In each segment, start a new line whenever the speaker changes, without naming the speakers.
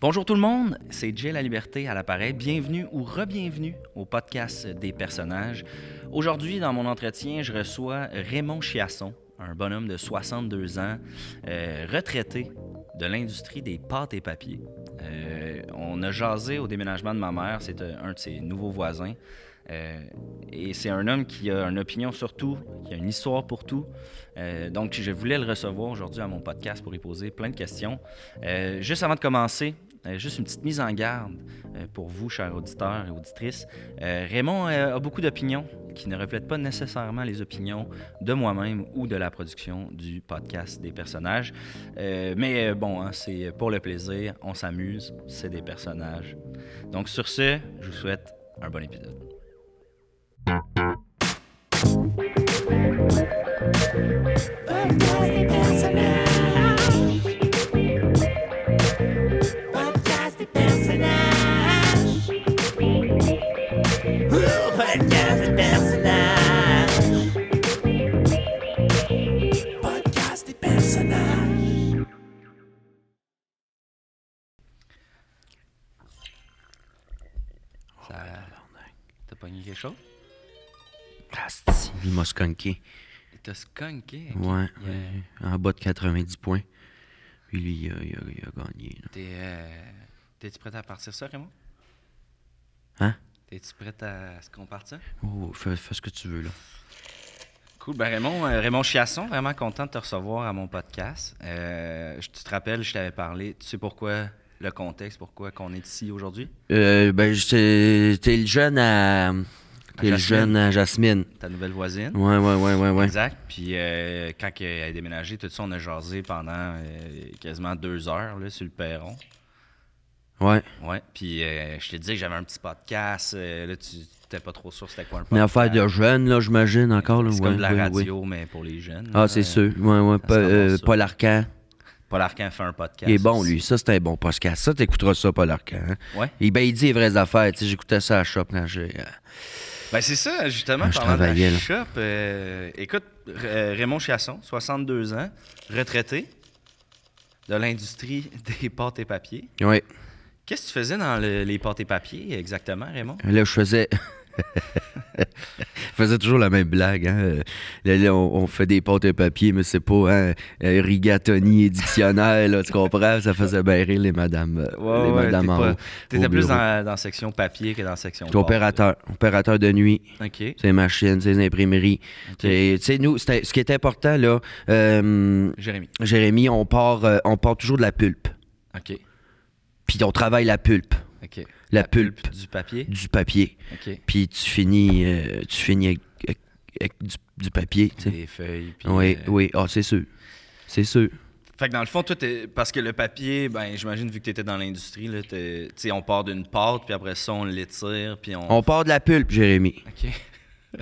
Bonjour tout le monde, c'est Jay La Liberté à l'appareil. Bienvenue ou re-bienvenue au podcast des personnages. Aujourd'hui, dans mon entretien, je reçois Raymond Chiasson, un bonhomme de 62 ans, euh, retraité de l'industrie des pâtes et papiers. Euh, on a jasé au déménagement de ma mère, c'est euh, un de ses nouveaux voisins. Euh, et c'est un homme qui a une opinion sur tout, qui a une histoire pour tout. Euh, donc, je voulais le recevoir aujourd'hui à mon podcast pour y poser plein de questions. Euh, juste avant de commencer, euh, juste une petite mise en garde euh, pour vous, chers auditeurs et auditrices. Euh, Raymond euh, a beaucoup d'opinions qui ne reflètent pas nécessairement les opinions de moi-même ou de la production du podcast des personnages. Euh, mais euh, bon, hein, c'est pour le plaisir, on s'amuse, c'est des personnages. Donc sur ce, je vous souhaite un bon épisode.
Podcast des personnages. Podcast des personnages. Ouh, Podcast des personnages. Podcast des personnages.
Ça- T'as pogné quelque chose?
Asti, il m'a skunké.
Il t'a skunké. ok.
Ouais,
Il, euh,
ouais, en bas de 90 points. Puis lui, il a, il a- il a gagné. là.
T'es, euh, T'es-tu prêt à partir ça, Raymond?
Hein?
T'es-tu prêt à ce qu'on parte ça?
Oh, fais, fais ce que tu veux, là.
Cool. Ben Raymond, euh, Raymond Chiasson, vraiment content de te recevoir à mon podcast. Euh, je- tu te rappelles, je t'avais parlé. Tu sais pourquoi le contexte, pourquoi qu'on est ici aujourd'hui?
Euh, ben, je- t'es t'es le jeune à. T'es le
Jasmine.
jeune à Jasmine.
Ta nouvelle voisine.
Ouais, ouais, ouais, ouais, ouais.
Exact. Puis euh, quand elle a déménagé, tout ça, on a jasé pendant euh, quasiment deux heures là, sur le perron.
Ouais.
Ouais. Puis euh, je te disais que j'avais un petit podcast. euh, là, tu n'étais pas trop sûr c'était quoi un podcast.
Une affaire de jeune, là, j'imagine, encore. là,
euh, C'est
ouais,
comme de la
ouais, ouais.
radio, mais pour les jeunes. euh,
Ah,
là.
c'est sûr. Ouais, ouais.
Ça
Paul,
ressemble à
euh,
ça.
Paul Arcan.
Paul Arcand fait un podcast.
Il est bon, lui. Ça, c'était un bon podcast. Ça, t'écouteras ça, Paul Arcan. hein.
Ouais.
Et ben, il dit les vraies affaires. Tu sais, j'écoutais ça à la shop quand j'ai. euh,
Ben c'est ça, justement,
Ah, je
parlant de la
travaillais, là.
shop. euh, écoute, R- euh, Raymond Chasson, 62 ans, retraité de l'industrie des pâtes et papiers.
Ouais.
Qu'est-ce que tu faisais dans le- les pâtes et papiers exactement, Raymond?
Là, je faisais. je faisais toujours la même blague. Hein? Là, là, on, on fait des pâtes et papier, mais c'est pas hein, euh, rigatoni et dictionnaire. Là, tu comprends? Ça faisait bien rire les madames. euh, les madames en haut,
T'étais
au
plus
bureau.
dans, dans la section papier que dans la section
J'étais opérateur, opérateur de nuit.
pâtes. OK.
C'est les machines, c'est les imprimeries.
Ok.
C'est- Tu sais, nous, c'était- ce qui était important, là, euh,
Jérémy.
Jérémy, on part, euh, on part toujours de la pulpe.
OK.
Puis on travaille la pulpe,
OK.
La pulpe.
Du papier.
du papier.
OK.
Puis tu finis, euh, tu finis avec, avec- avec du, du papier, tu sais.
Des feuilles. puis,
Oui,
euh,
oui, ah, c'est sûr. C'est sûr.
Fait que dans le fond, toi, t'es- parce que le papier, ben, j'imagine, vu que tu étais dans l'industrie, là, t'es- tu sais, on part d'une pâte, puis après ça, on l'étire, puis on.
On part de la pulpe, Jérémy.
OK.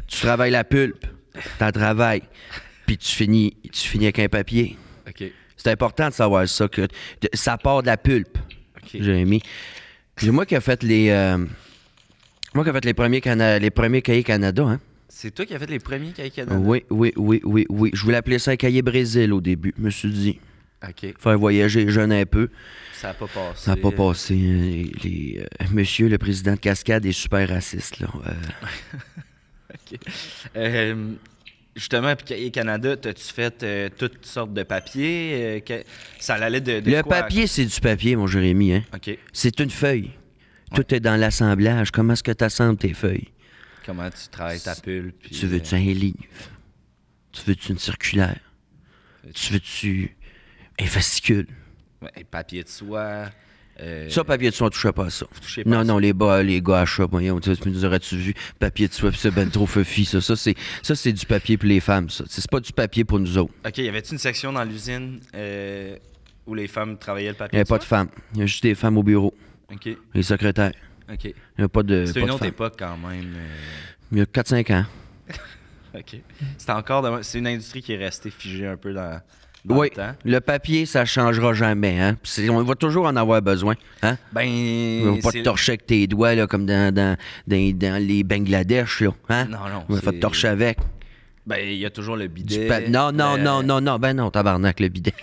Tu travailles la pulpe, t'en travailles, puis tu finis, tu finis avec un papier.
OK.
C'est important de savoir ça, que de- ça part de la pulpe,
OK.
Jérémy. C'est moi qui ai fait les... euh, moi qui ai fait les premiers, cana- les premiers cahiers Canada, hein?
C'est toi qui as fait les premiers cahiers Canada?
Oui, oui, oui, oui, oui. Je voulais appeler ça un cahier Brésil au début. Je me suis dit,
OK.
faire voyager les jeunes un peu.
Ça n'a pas passé.
Ça n'a pas passé. euh, les- euh, monsieur le président de Cascade est super raciste, là. Euh,
OK. Euh, justement, puis Cahiers Canada, t'as-tu fait euh, toutes sortes de papiers? euh, que- Ça allait de, de
Le
quoi euh, à-
papier, c'est du papier, mon Jérémy. Hein?
OK.
C'est une feuille. Tout est dans l'assemblage. Comment est-ce que tu assembles tes feuilles?
Comment tu travailles ta pulpe? puis, euh,
tu veux-tu un livre? Tu veux-tu une circulaire? Tu veux-tu un fascicule?
euh, ouais, papier de soie. euh,
Ça, papier de soie, on touchait pas à ça.
touchez pas à
Non,
ça.
non, les, bas, les gars à chat, voyons, tu me dirais, tu vu, papier de soie, pis c'est ben trop feufi, ça. Ça, c'est, ça, c'est du papier pour les femmes, ça. C'est pas du papier pour nous autres.
OK, y avait-tu une section dans l'usine euh, où les femmes travaillaient le
Il
papier
n'y a
de
pas de
soie?
femmes. Il y a juste des femmes au bureau,
OK.
les secrétaires.
OK.
Il n'y a pas de.
C'était
pas
une
de
autre
femmes.
époque quand même. euh,
Il y a 4-5 ans.
OK. C'est encore de- c'est une industrie qui est restée figée un peu dans, dans
Oui,
le temps.
le papier, ça changera jamais. Hein? Puis c'est- on va toujours en avoir besoin. Hein?
Ben
On va pas
c'est-
te torcher avec tes doigts là, comme dans, dans, dans, dans les Bangladesh. Là, hein?
Non, non,
On va pas
c'est-
te torcher avec.
Ben il y a toujours le
Du
bidet.
pa- Non, non,
le-
non, non, non. Ben non, tabarnak, le bidet.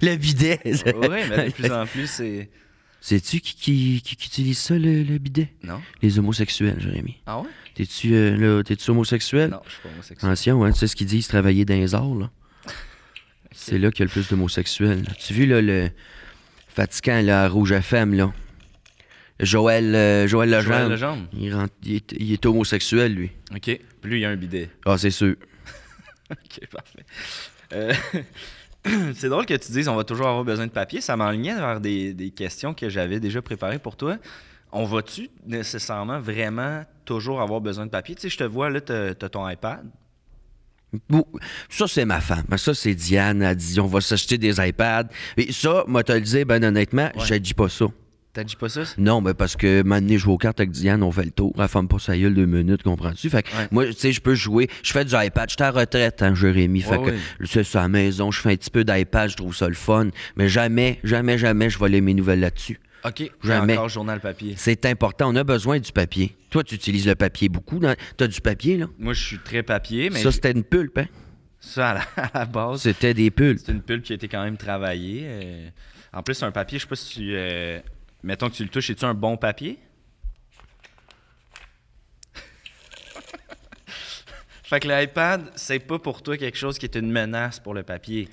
le bidet.
Oui, mais de plus en plus, c'est.
Sais-tu qui, qui, qui- qui utilise ça, le, le bidet?
Non?
Les homosexuels, Jérémy.
Ah ouais?
T'es-tu euh, là, t'es-tu homosexuel?
Non, je suis pas homosexuel.
Attention, hein, tu sais ce qu'ils disent, travailler dans les arts, là. C'est là qu'il y a le plus d'homosexuels. là. Tu as vu, là, le fatigant, là, à rouge à femme, là. Joël, euh, Joël Legendre.
Joël Legendre.
Il, rentre- il est, il est homosexuel, lui.
OK. Puis lui, il y a un bidet.
Ah, c'est sûr.
OK, parfait. Euh, C'est drôle que tu dises on va toujours avoir besoin de papier. Ça m'enlignait vers des, des questions que j'avais déjà préparées pour toi. On va-tu nécessairement vraiment toujours avoir besoin de papier? Tu sais, je te vois, là, t'as t'as ton iPad.
Bon, ça, c'est ma femme. Ça, c'est Diane. Elle dit, on va s'acheter des iPads. Et ça, moi, te le dire, ben honnêtement, je dis pas ça.
T'as dit pas ça? ça?
Non, mais parce que maintenant, je joue aux cartes avec Diane, on fait le tour. Elle ferme pas sa gueule deux minutes, comprends-tu? Fait que
Ouais.
moi, tu sais, je peux jouer. Je fais du iPad. Je suis à la retraite, hein, Jérémy.
Ouais,
Fait que
ouais.
c'est ça, à la maison. Je fais un petit peu d'iPad. Je trouve ça le fun. Mais jamais, jamais, jamais, je vais lire mes nouvelles là-dessus.
OK.
Jamais.
Encore journal papier.
C'est important. On a besoin du papier. Toi, tu utilises le papier beaucoup. Dans... T'as du papier, là?
Moi, je suis très papier, mais
ça,
je-
c'était une pulpe, hein?
ça, à la, à la base,
C'était des pulpes.
C'est une pulpe qui a été quand même travaillée. euh. En plus, un papier, je sais pas si tu. euh, Mettons que tu le touches, es-tu un bon papier? fait que l'iPad, c'est pas pour toi quelque chose qui est une menace pour le papier.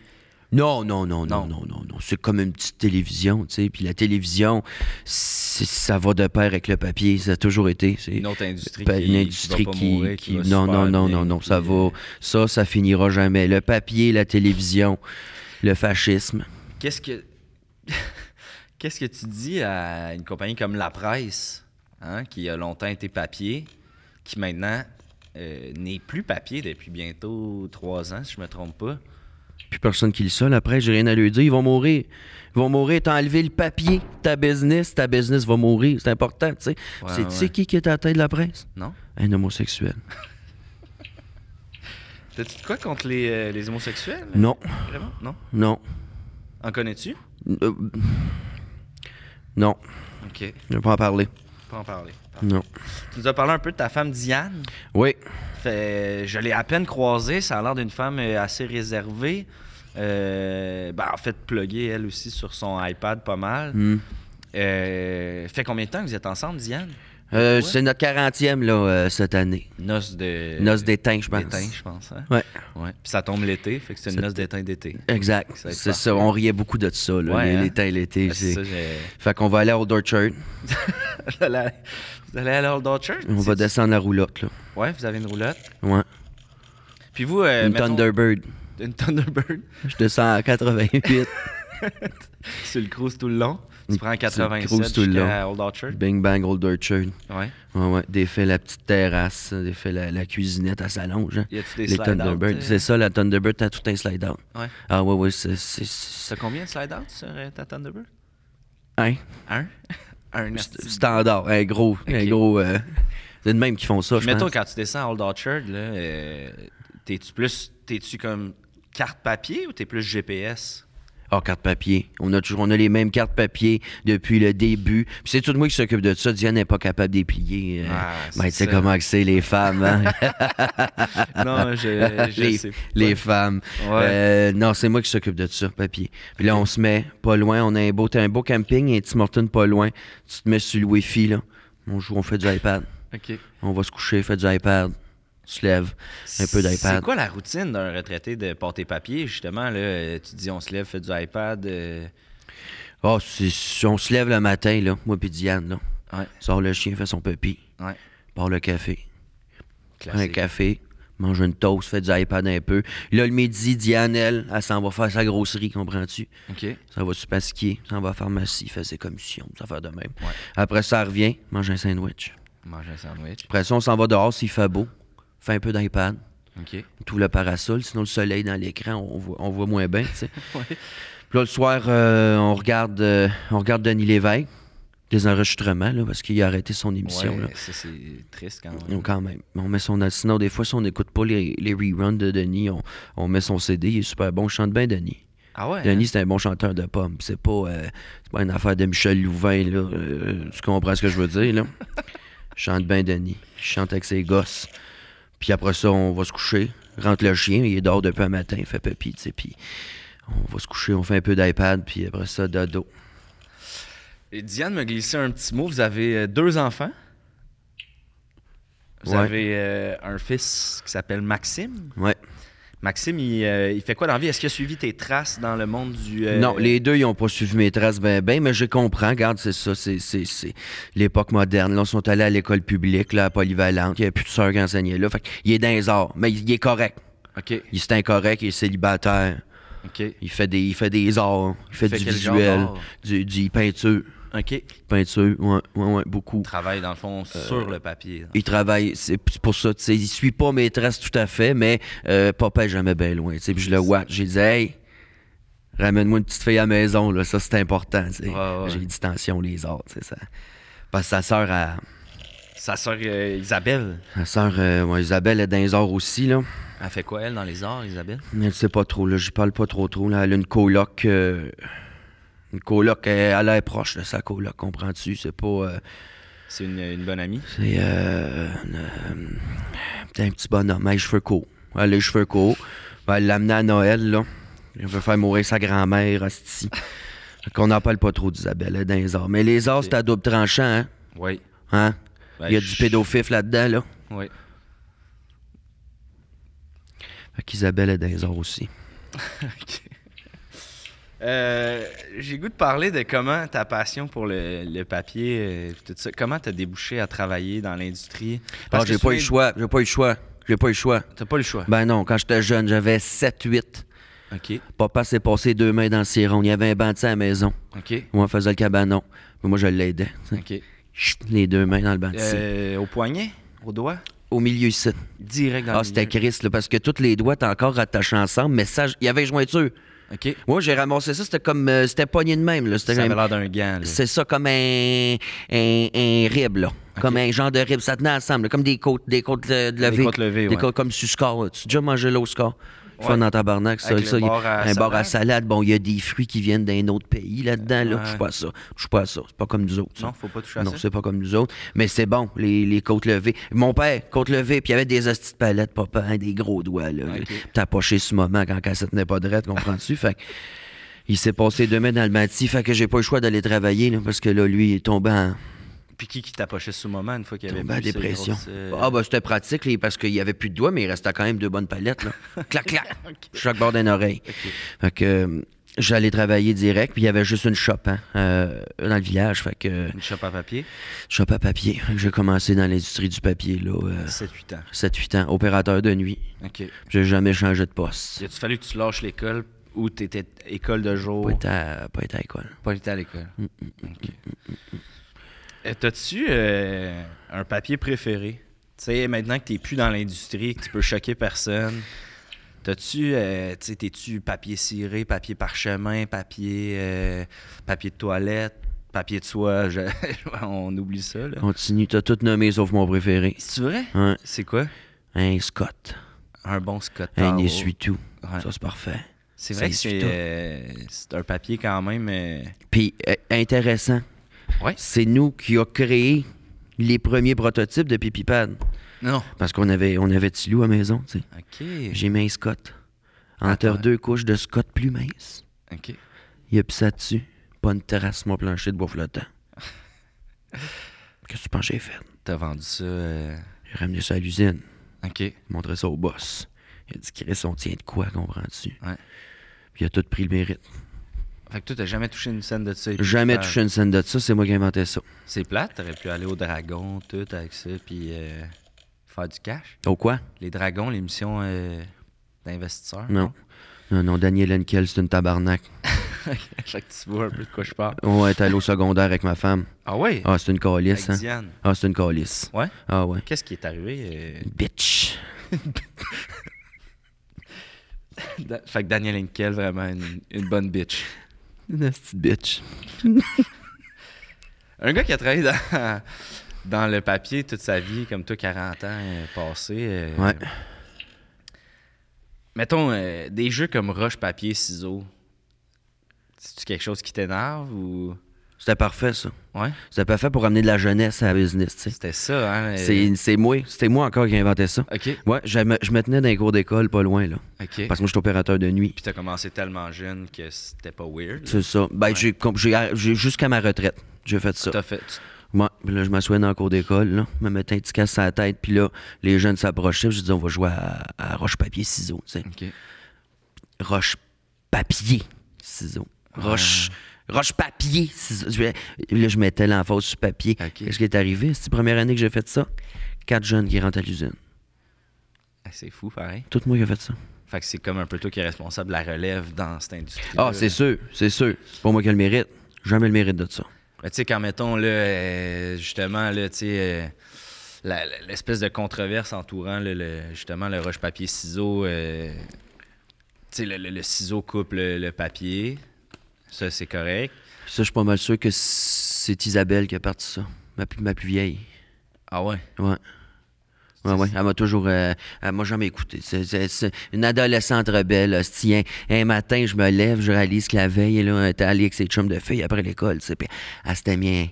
Non, non, non,
Non.
non, non, non, non. C'est comme une petite télévision, tu sais. Puis la télévision, c'est- ça va de pair avec le papier. Ça a toujours été. C'est
Une autre industrie
pa-
qui-
une
qui
industrie
va pas
qui-
mourir,
qui-
qui va
non,
super
non, non,
bien,
non, non. Ça
puis,
va.
euh,
Ça, ça finira jamais. Le papier, la télévision, le fascisme.
Qu'est-ce que. Qu'est-ce que tu dis à une compagnie comme La Presse, hein, qui a longtemps été papier, qui maintenant euh, n'est plus papier depuis bientôt trois ans, si je me trompe pas?
Plus personne qui le seul. Après, j'ai rien à lui dire. Ils vont mourir. Ils vont mourir. T'as enlevé le papier. Ta business, ta business va mourir. C'est important, tu sais.
Ouais,
C'est- Tu sais
ouais.
qui qui est à la tête de la presse?
Non?
Un homosexuel.
T'as-tu de quoi contre les, euh, les homosexuels?
Non,
Vraiment? Non?
non,
En connais-tu?
euh, non.
OK.
Je ne pas en parler.
Pas en parler. Parfait.
Non.
Tu nous as parlé un peu de ta femme Diane.
Oui.
Fait- je l'ai à peine croisée. Ça a l'air d'une femme euh, assez réservée. Euh, ben, en fait, pluguée, elle aussi, sur son iPad pas mal.
Hmm.
Euh, fait combien de temps que vous êtes ensemble, Diane?
Euh,
Ouais.
C'est notre 40e là, euh, cette année.
Noce de...
Noce d'étain, je pense.
d'étain, je pense. hein?
Ouais.
Ouais. Puis ça tombe l'été, fait que c'est une
C'est-
noce d'étain d'été.
Exact.
Ça va être
C'est
parfait.
ça. On riait beaucoup de ça, là,
Ouais,
les-
hein?
l'été, l'été.
Ah,
c'est-
C'est ça, j'ai...
Fait qu'on va aller à Old Orchard.
vous allez à- vous allez à l'Old Orchard?
On va
C'est-
descendre la roulotte. Là.
Ouais, vous avez une roulotte.
Ouais.
Puis vous, euh,
Une
mettons-
Thunderbird.
Une Thunderbird.
Je descends à 88.
Sur le cruise tout le long. Tu prends
Mm. Sur le
87
cruise tout le
jusqu'à Old Orchard.
Bing bang, Old Orchard.
Ouais.
Ouais, ouais. Défait la petite terrasse, défait la, la cuisinette à s'allonge. Hein.
Y a-tu des
les
slide-out,
Thunderbirds.
euh?
C'est ça, la Thunderbird, t'as tout un slide-out.
Ouais.
Ah ouais, ouais, c'est... c'est- c'est-
T'as combien de slide-out sur euh, ta Thunderbird?
Hein?
Un. Un.
St- standard, un gros, un
Ok.
gros. euh, c'est de même qui font ça, je
Mettons,
pense.
quand tu descends à Old Orchard, là, euh, t'es-tu plus... T'es-tu comme carte papier ou t'es plus GPS?
Ah, carte papier. On a toujours, on a les mêmes cartes papier depuis le début. Puis c'est tout moi qui s'occupe de ça. Diane n'est pas capable d'éplier. Euh,
Ah, c'est
ben, tu sais
ça.
comment que c'est les femmes. hein? Ah,
non, je, je
les,
sais pas.
les femmes.
Ouais.
Euh, non, c'est moi qui s'occupe de ça, papier. Puis là, on se met pas loin. On a un beau, t'as un beau camping, un petit Morton pas loin. Tu te mets sur le Wi-Fi, là. On joue, on fait du iPad.
OK.
On va se coucher, fait du iPad. On se lève. Un peu
C'est
d'iPad.
quoi la routine d'un retraité de porter papier, justement? Là, Euh, tu dis on se lève, fait du iPad. euh,
Ah, c'est- on se lève le matin, là, moi puis Diane, là.
Ouais,
Sort le chien, fait son pipi,
ouais.
part le café, prend un
Classique.
café, mange une toast, fait du iPad un peu. Là, le midi, Diane, elle, elle s'en va faire sa grosserie, comprends-tu?
OK.
Ça va se pasquier, s'en va à la pharmacie, fait ses commissions, ça fait de même.
Ouais.
Après ça, elle revient, mange un sandwich.
Mange un sandwich.
Après ça, on s'en va dehors s'il fait beau, fait un peu d'iPad,
OK.
tout le parasol, sinon le soleil dans l'écran, on voit, on voit moins bien, tu sais. Puis là, le soir, euh, on, regarde, euh, on regarde Denis Lévesque, des enregistrements, là, parce qu'il a arrêté son émission.
Ouais,
là.
ça, c'est triste quand même.
Donc, quand même. On met son. Sinon, des fois, si on n'écoute pas les, les reruns de Denis, on, on met son CD. Il est super bon. Je chante bien, Denis.
Ah ouais?
Denis, c'est un bon chanteur de pommes. C'est pas, euh, c'est pas une affaire de Michel Louvain, là. Euh, tu comprends ce que je veux dire, là? Je chante bien, Denis. Je chante avec ses gosses. Puis après ça, on va se coucher. Rentre le chien, il dort depuis un matin, il fait papy, tu sais. Puis on va se coucher, on fait un peu d'iPad, puis après ça, dodo.
Et Diane me glissait un petit mot. Vous avez euh, deux enfants. Vous
Ouais.
avez euh, un fils qui s'appelle Maxime.
Ouais.
Maxime, il, euh, il fait quoi dans la vie? Est-ce qu'il a suivi tes traces dans le monde du... euh,
Non, les deux, ils n'ont pas suivi mes traces, ben, ben, mais je comprends. Regarde, c'est ça, c'est, c'est, c'est l'époque moderne. Là, ils sont allés à l'école publique, là, à Polyvalente. Il n'y avait plus de sœurs qui enseignaient là. Fait qu'il est dans les arts, mais il, il est correct.
OK.
Il est incorrect, il est célibataire.
OK.
Il fait des, il fait des arts, il fait,
fait
du
quel genre
visuel,
d'art?
du, du peinture.
OK.
Peinture, ouais, ouais, ouais, beaucoup.
Travaille, dans le fond,
Euh.
sur le papier.
Il travaille, c'est p- pour ça, tu sais, il suit pas mes traces tout à fait, mais euh, papa est jamais bien loin, tu sais, puis je le watch, j'ai dit « Hey, ramène-moi une petite fille à la maison, là, ça c'est important, tu sais.
Ouais, ouais.
J'ai dit « Tension, les autres, tu sais, ça... » Parce que sa sœur, elle-
Sa sœur euh, Isabelle,
sa sœur, euh, ouais, Isabelle est dans les arts aussi, là.
elle fait quoi, elle, dans les arts, Isabelle?
Mais elle sait pas trop, là, je parle pas trop trop, là, elle a une coloc... euh, Une coloc, elle, elle est proche de sa coloc, comprends-tu? C'est pas... euh,
C'est une, une bonne amie.
C'est euh, une, euh, putain, un petit bonhomme, avec les cheveux courts. Elle a les cheveux courts. Ben, elle l'a amené à Noël, là. Elle veut faire mourir sa grand-mère, hostie. Fait qu'on n'en parle pas trop d'Isabelle, elle est dans les arts. Mais les arts, c'est à double tranchant, hein?
Oui.
Hein?
Ben,
Il y a
je-
du pédophile là-dedans, là.
Oui.
Fait qu'Isabelle est dans les arts aussi.
OK. Euh, J'ai goût de parler de comment ta passion pour le, le papier, euh, puis tout ça, comment t'as débouché à travailler dans l'industrie?
Ah,
que
j'ai pas eu le
souvent,
choix, j'ai pas eu le choix, j'ai pas eu le choix.
T'as pas le choix.
Ben non, quand j'étais jeune, j'avais 7-8.
OK.
Papa s'est passé deux mains dans le ciron. Il y avait un banc de sang à la maison.
OK.
Moi, on faisait le cabanon. Mais moi, je l'aidais. tu sais.
OK.
Chut, Les deux mains dans le banc de scie.
Euh, au poignet? Au doigt?
Au milieu ici.
Direct dans le
Ah, c'était
milieu.
Chris, là, parce que tous les doigts étaient encore rattachés ensemble, mais ça, il y avait jointure.
OK.
Moi, j'ai ramassé ça, c'était comme. euh, c'était pogné de même, là.
Ça
C'était
avait
comme-
l'air d'un gant, là.
C'est ça, comme un. un, un rib, là. Comme un genre de rib. Ça tenait ensemble, là, comme des côtes, des côtes euh, de levée.
côtes levées, ouais.
côtes comme sur score. là. Tu as déjà mangé l'eau score?
Ouais.
Fun en tabarnak, ça.
Avec le
ça, il y a
bord à
un bar à
salade.
salade. Bon, il y a des fruits qui viennent d'un autre pays là-dedans. Là.
Ouais.
Je suis pas à ça. Je suis pas à ça. C'est pas comme nous autres. ça.
Non, faut pas toucher à
Non,
ça.
c'est pas comme nous autres. Mais c'est bon, les, les côtes levées. Mon père, côtes levées, puis il y avait des hosties de palettes, papa, hein, des gros doigts. là.
Ah, Ok.
T'as poché ce moment quand elle se tenait pas droite, comprends-tu? fait que il s'est passé demain dans le matin, fait que j'ai pas eu le choix d'aller travailler, là, parce que là, lui, il est tombé en,
Puis qui, qui t'approchait ce moment une fois qu'il y avait
tombé en
plus ces
dépression.
grosses, euh,
Ah, bah c'était pratique, là, parce qu'il y avait plus de doigts, mais il restait quand même deux bonnes palettes, là. clac, clac, chaque bord d'une oreille. Fait que euh, j'allais travailler direct, puis il y avait juste une shop, hein, euh, dans le village, fait que...
euh, Une chope à papier?
Shop à papier. J'ai commencé dans l'industrie du papier, là. euh,
7-8 ans.
7-8 ans, opérateur de nuit.
OK.
J'ai jamais changé de poste.
Y a-tu fallu que tu lâches l'école ou t'étais école de jour?
Pas été à, pas été à l'école.
Pas été à l'école.
Mm,
OK. Euh, T'as-tu euh, un papier préféré? Tu sais, maintenant que t'es plus dans l'industrie, que tu peux choquer personne, t'as-tu, euh, tu sais, t'es-tu papier ciré, papier parchemin, papier, euh, papier de toilette, papier de soie? Je- On oublie ça, là.
Continue, t'as tout nommé sauf mon préféré.
C'est vrai?
Ouais.
C'est quoi?
Un Scott.
Un bon Scott.
Un essuie-tout.
Ah, oh. Ouais.
Ça, c'est parfait.
C'est vrai
un
que c'est,
essuie-tout.
euh, c'est un papier quand même. euh,
Puis, euh, intéressant,
Ouais.
c'est nous qui a créé les premiers prototypes de Pipipad.
Non.
Parce qu'on avait, on avait Tilou à maison, tu sais.
OK.
J'ai mis un Scott. Entre
Attends.
deux couches de Scott plus mince.
OK.
Il a pis ça dessus. Pas une terrasse, mon plancher de bois flottant. Qu'est-ce que tu penses que j'ai fait?
T'as vendu ça. euh,
J'ai ramené ça à l'usine,
OK.
montré ça au boss. Il a dit, Chris, on tient de quoi, comprends-tu?
Ouais.
Puis il a tout pris le mérite.
Fait que toi, t'as jamais touché une scène de ça. et puis
Jamais
tu parles.
touché une scène de ça, c'est moi qui ai inventé ça.
C'est plate, t'aurais pu aller au dragon, tout avec ça, puis euh, faire du cash.
Au quoi?
Les dragons, l'émission euh, d'investisseurs.
Non. Non, non, Daniel Henkel, c'est une tabarnak.
fait que tu vois un peu de quoi je parle.
On est allé au secondaire avec ma femme.
Ah ouais?
Ah, c'est une
avec
calice, hein?
Diane.
Ah, c'est une calice.
Ouais?
Ah ouais.
Qu'est-ce qui est arrivé?
Bitch.
euh, Da- Fait que Daniel Henkel, vraiment une, une bonne bitch.
Une petite bitch.
Un gars qui a travaillé dans, dans le papier toute sa vie, comme toi, 40 ans euh, passés. euh,
Ouais.
Mettons, euh, des jeux comme roche, papier, ciseaux, c'est-tu quelque chose qui t'énerve ou...
C'était parfait, ça.
Ouais.
C'était parfait pour amener de la jeunesse à la business, tu sais.
C'était ça, hein? euh,
C'est c'est moi, c'était moi encore qui inventais ça.
OK.
Ouais, je me, je me tenais dans les cours d'école pas loin, là.
OK.
Parce que moi, je suis opérateur de nuit.
Puis t'as commencé tellement jeune que c'était pas weird.
C'est ça. Ben, j'ai com- j'ai, j'ai- jusqu'à ma retraite, j'ai fait ça.
T'as fait. tu-
Ouais, puis là, je m'assoyais dans le cours d'école, là, me mettais un petit casse à la tête, puis là, les jeunes s'approchaient, puis je disais, on va jouer à, à roche-papier-ciseaux, tu sais.
OK.
Roche-papier-ciseaux. Roche. Roche-papier. ciseaux. Je vais- Là, je mettais l'emphase sur papier.
Ok.
Qu'est-ce qui est arrivé? C'est la première année que j'ai fait ça. Quatre jeunes qui rentrent à l'usine.
Ah, C'est fou, pareil.
Tout le monde qui a fait ça.
Fait que c'est comme un peu toi qui est responsable de la relève dans cette industrie.
Ah, c'est sûr, c'est sûr. C'est pas moi qui ai le mérite. Jamais le mérite de ça.
Mais tu sais, quand mettons, là, euh, justement, là, tu sais, euh, la- la- l'espèce de controverse entourant, là, le, justement, le roche-papier-ciseau, euh, tu sais, le, le- le ciseau coupe le, le papier. Ça, c'est correct.
Puis ça, je suis pas mal sûr que c'est Isabelle qui a parti ça. Ma plus, ma plus vieille.
Ah ouais?
Ouais. Ouais, ouais. Elle m'a toujours. euh, elle m'a jamais écouté. C'est, c'est- c'est une adolescente rebelle. Tiens, un matin, je me lève, je réalise que la veille, là, elle était allée avec ses chums de filles après l'école. tu sais, Puis elle s'était mis un-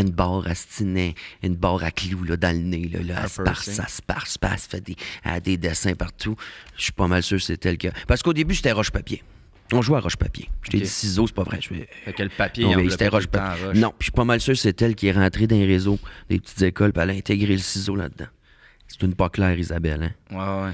une barre à stinée, une barre à clous là, dans le nez. Là, là,
Un
elle se
piercing.
parse, ça se parse, pas, elle se fait des, elle a des dessins partout. Je suis pas mal sûr que c'est tel que. Parce qu'au début, c'était roche-papier. On jouait à roche-papier. Je t'ai
Ok.
dit ciseaux, c'est pas vrai. Je fais-
Fait que le Euh, papier,
non,
il
mais
enveloppait
c'était
tout le
roche,
temps en roche.
Non, puis je suis pas mal sûr que c'est elle qui est rentrée dans les réseaux des petites écoles, puis elle a intégré le ciseau là-dedans. C'est une pas claire, Isabelle, hein?
Ouais, ouais.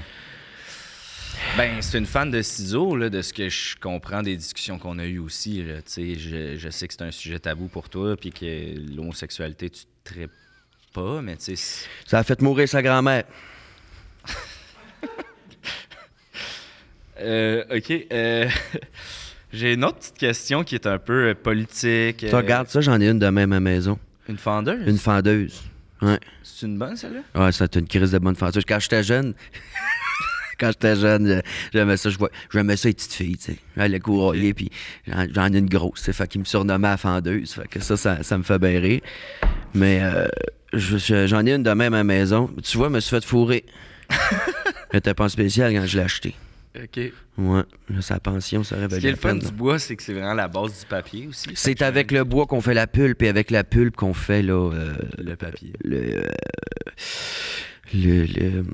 Ben, c'est une fan de ciseaux, là, de ce que je comprends des discussions qu'on a eues aussi. là. Tu sais, je, je sais que c'est un sujet tabou pour toi, puis que l'homosexualité, tu te traites pas, mais tu sais. c'est-
Ça a fait mourir sa grand-mère.
Euh, OK. euh, J'ai une autre petite question qui est un peu euh, politique.
Tu
euh,
regardes ça, j'en ai une de même à la maison.
Une fendeuse?
Une fendeuse. Ouais.
C'est une bonne, celle-là?
Ouais, c'est une crise de bonne fendeuse. Quand j'étais jeune. Quand j'étais jeune, euh, j'aimais ça, je vois- j'aimais ça les petites filles, tu sais. Elle est courroyée, puis j'en j'en ai une grosse, tu sais. Fait qu'ils me surnommaient la fendeuse. Fait que ça, ça, ça me fait bien rire. Mais euh, je- je- j'en ai une de même à la maison. Tu vois, je me suis fait fourrer. Elle était pas en spécial quand je l'ai acheté.
OK.
Ben,
Ce
Ouais, là, sa pension, ça aurait
qui est
valu
le
la
fun
peine.
du bois, c'est que c'est vraiment la base du papier aussi.
C'est avec le bois qu'on fait la pulpe, et avec la pulpe qu'on fait, là, euh,
le papier.
le, euh, le, le-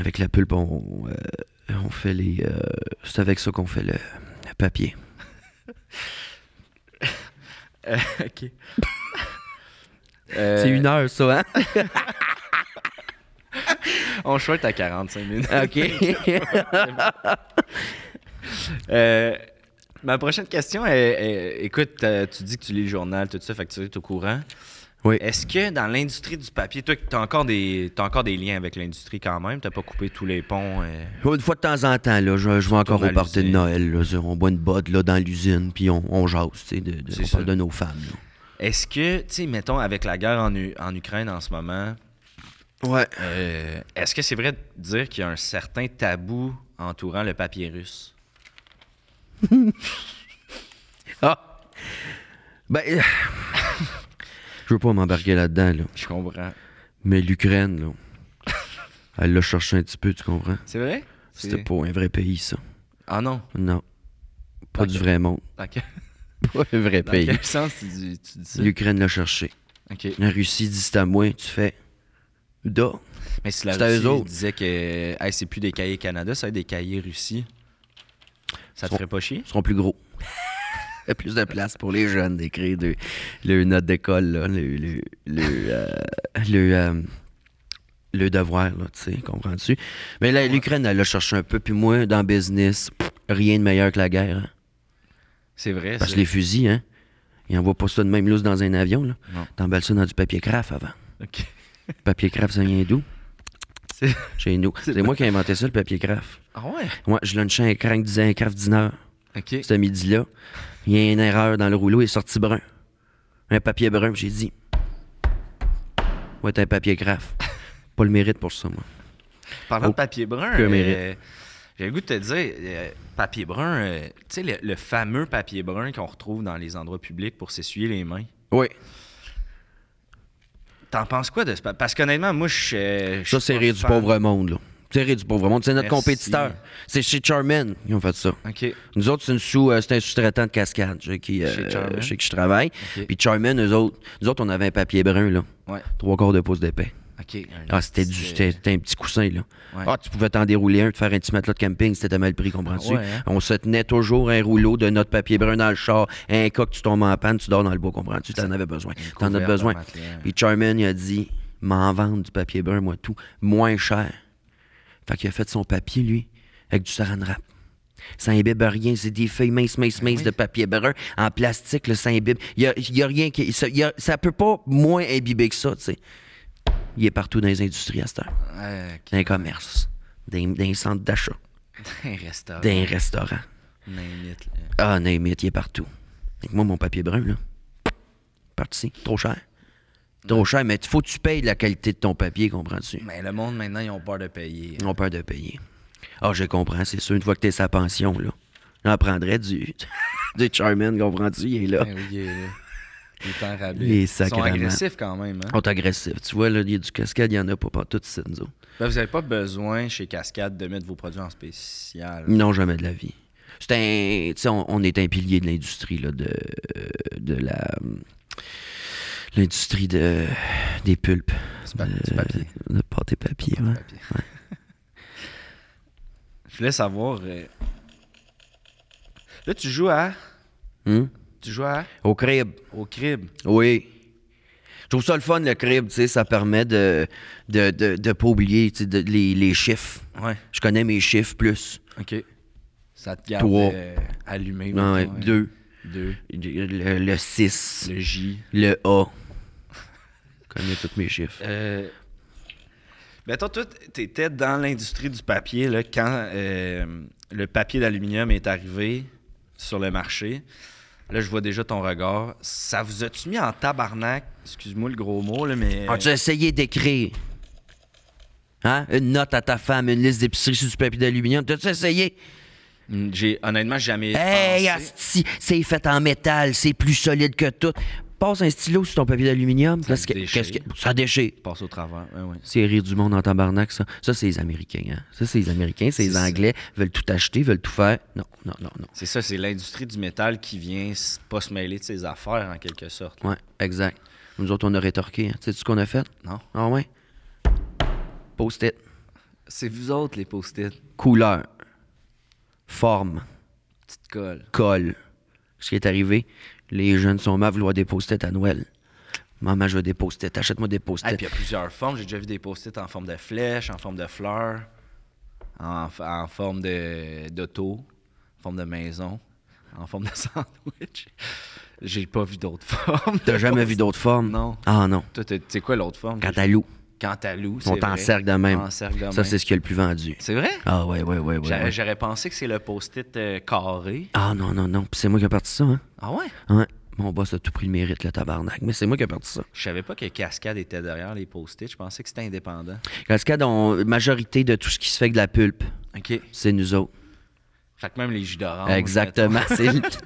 avec la pulpe, on, euh, on fait les. euh, c'est avec ça qu'on fait le, le papier.
Euh, OK.
C'est une heure, ça, hein?
Euh, On chouette à 45 minutes.
OK.
Euh, ma prochaine question est, est- écoute, euh, tu dis que tu lis le journal, tout ça, fait que tu es au courant.
oui.
Est-ce que dans l'industrie du papier, toi, tu as encore, des- t'as encore des liens avec l'industrie quand même? T'as pas coupé tous les ponts? euh,
Une fois de temps en temps, là, je, je vais encore
Tourne à
au party de
l'usine.
Noël. là, ça, on boit une botte là, dans l'usine, puis on, on jase, tu sais, de, de-
C'est
on
ça.
parle de nos femmes. là.
Est-ce que, tu sais, mettons, avec la guerre en, U- en Ukraine en ce moment,
Ouais.
euh, est-ce que c'est vrai de dire qu'il y a un certain tabou entourant le papier russe?
Ah! Ben, euh, je veux pas m'embarquer là-dedans, là.
Je comprends.
Mais l'Ukraine, là, elle l'a cherché un petit peu, tu comprends?
C'est vrai?
C'était
C'est-
pas un vrai pays, ça.
Ah non.
Non. Pas
Ok.
du vrai monde.
Dans quel,
Pas un vrai
dans
pays.
quel sens tu dis, tu dis ça?
L'Ukraine l'a cherché.
Ok.
La Russie dit c'est à moi, tu fais. Da.
Mais si la
C'est à eux
Russie
autres.
disait que hey, c'est plus des cahiers Canada, ça va être des cahiers Russie, ça te
Sont-
ferait pas chier?
Ils seront plus gros. Il y a plus de place pour les jeunes d'écrire de, le note d'école, là, le, le, le, euh, le, euh, le devoir, là, tu sais, comprends-tu? Mais là, l'Ukraine, elle l'a cherché un peu, puis moi, dans business, pff, rien de meilleur que la guerre. hein.
C'est vrai.
Parce
ça.
que les fusils, hein, ils envoient pas ça de même lousse dans un avion, là.
Non.
T'emballes ça dans du papier craft avant.
Ok.
Le papier craft, ça vient d'où?
C'est-
Chez nous. C'est moi qui ai inventé ça, le papier craft.
Ah ouais?
Moi, je lunchais un crank, disait un craft dîner.
Ok.
ce midi-là, il y a une erreur dans le rouleau, il est sorti brun. Un papier brun, puis j'ai dit. Ouais, t'as un papier graphe. Pas le mérite pour ça, moi.
Parlant
Oh,
de papier brun,
que
euh,
mérite.
j'ai le goût de te dire, euh, papier brun, euh, tu sais, le, le fameux papier brun qu'on retrouve dans les endroits publics pour s'essuyer les mains.
Oui.
T'en penses quoi de ce papier? Parce qu'honnêtement, moi, je suis. euh, je
Ça,
suis
c'est
pas
rire du
fan.
pauvre monde, là. Tu Terry du pauvre monde. C'est notre
Merci.
compétiteur. C'est chez Charmin qu'ils ont fait ça.
OK.
Nous autres, c'est une sous, euh, c'est un sous-traitant de cascade je sais qui, euh,
Chez Charmin.
je sais que je travaille.
Ok.
Puis Charmin, nous autres, nous autres, on avait un papier brun, là.
Ouais.
Trois quarts de pouce d'épais.
OK. un
Ah, c'était du,
petit,
c'était c'était un petit coussin, là.
Ouais.
Ah, tu pouvais t'en dérouler un, te faire un petit matelas de camping, c'était mal pris, comprends-tu?
Ah ouais, hein?
On se tenait toujours un rouleau de notre papier brun dans le char, un coq, tu tombes en panne, tu dors dans le bois, comprends-tu? T'en avais besoin. T'en as
couverte,
besoin.
un matelas.
Puis Charmin, il a dit, m'en vendre du papier brun, moi, tout, moins cher. Fait qu'il a fait son papier, lui, avec du saran wrap. Ça imbibe rien, c'est des feuilles minces, minces, minces de papier brun en plastique, le ça imbibe. Il y a, il y a rien qui. Ça, il y a- ça peut pas moins imbiber que ça, tu sais. Il est partout dans les industries à cette heure.
euh, OK.
Dans les commerces, dans, dans les centres d'achat,
Un restaurant.
dans les restaurants.
Name it, là.
Ah, name it, il est partout. Fait que moi, mon papier brun, là, parti, trop cher. Trop cher, mais il faut que tu payes la qualité de ton papier, comprends-tu?
Mais le monde, maintenant, ils ont peur de payer.
Ils ont peur de payer. Ah, je comprends, c'est sûr, une fois que t'es sa pension, là, j'en prendrais du, du Charmin, comprends-tu? Il est là.
Ben oui, il est là. Il est en rabais.
Les
Ils sont
sacrements.
agressifs quand même. Hein?
On est agressif. Tu vois, là, il y a du cascade, il n'y en a pas partout, c'est nous autres.
Ben, vous n'avez pas besoin chez Cascade de mettre vos produits en spécial.
Non, jamais de la vie. C'est un. Tu sais, on, on est un pilier de l'industrie, là, de, de la. L'industrie de, des pulpes.
C'est pas- c'est papier.
De, de pâté papier, ouais.
Papier. Je voulais savoir. euh, Là, tu joues à.
Hmm?
Tu joues à.
Au crib.
Au crib.
Oui. Je trouve ça le fun, le crib, tu sais, ça permet de de, de, de pas oublier tu sais, de- les, les chiffres.
Ouais.
Je connais mes chiffres plus.
OK. Ça te garde
Trois.
euh, allumé.
Ouais,
mettons, hein.
Deux.
Deux.
Le, 6.
Le J.
Le, A. Je connais tous mes chiffres.
Euh... Ben, toi, toi, t'étais dans l'industrie du papier là, quand euh, le papier d'aluminium est arrivé sur le marché. Là, je vois déjà ton regard. Ça vous a-tu mis en tabarnak? Excuse-moi le gros mot, là, mais.
As-tu essayé d'écrire? Hein? Une note à ta femme, une liste d'épicerie sur du papier d'aluminium. T'as-tu essayé?
Mm, J'ai honnêtement jamais.
Hey,
pensé.
asti, c'est fait en métal, c'est plus solide que tout. Passe un stylo sur ton papier d'aluminium.
Ça
Qu'est-ce que-
déchire.
qu'est-ce que- Ça déchire.
Passe au travers. Ah, Ouais, ouais.
C'est rire du monde en tabarnak, ça. Ça, c'est les Américains, hein. Ça, c'est les Américains, c'est les
C'est ça.
Anglais, veulent tout acheter, veulent tout faire. Non, non, non, non.
C'est ça, c'est l'industrie du métal qui vient s- pas se mêler de ses affaires en quelque sorte.
Ouais, exact. Nous autres, on a rétorqué. Tu sais ce qu'on a fait?
Non.
Ah ouais? Post-it.
C'est vous autres les post-it.
Couleur. Forme.
Petite colle.
Colle. Ce qui est arrivé, les jeunes sont mal à vouloir des post-it à Noël. Maman, je veux des post-it. Achète-moi des
Ah,
post-it.
puis il y a plusieurs formes. J'ai déjà vu des post-it en forme de flèche, en forme de fleur, en, f- en forme de- d'auto, en forme de maison, en forme de sandwich. J'ai pas vu d'autres formes.
T'as
de
jamais
post-it.
vu d'autres formes?
Non.
Ah non.
Toi, t'es- c'est quoi l'autre forme?
Cantalou.
Cantalou, c'est
On
vrai.
t'encercle de même.
En cercle de
Ça, c'est
même.
ce qui est le plus vendu.
C'est vrai?
Ah ouais, ouais, ouais, ouais.
J'aurais
ouais.
j'aurais pensé que c'est le post-it euh, carré.
Ah non, non, non. Puis c'est moi qui ai parti ça, hein?
Ah ouais?
Ouais. Mon boss a tout pris le mérite, le tabarnak. Mais c'est moi qui ai parti ça.
Je savais pas que Cascade était derrière les post-it. Je pensais que c'était indépendant.
Cascade, on, majorité de tout ce qui se fait avec de la pulpe,
OK.
c'est nous autres.
Fait que même les jus d'orange.
Exactement. C'est
mettons.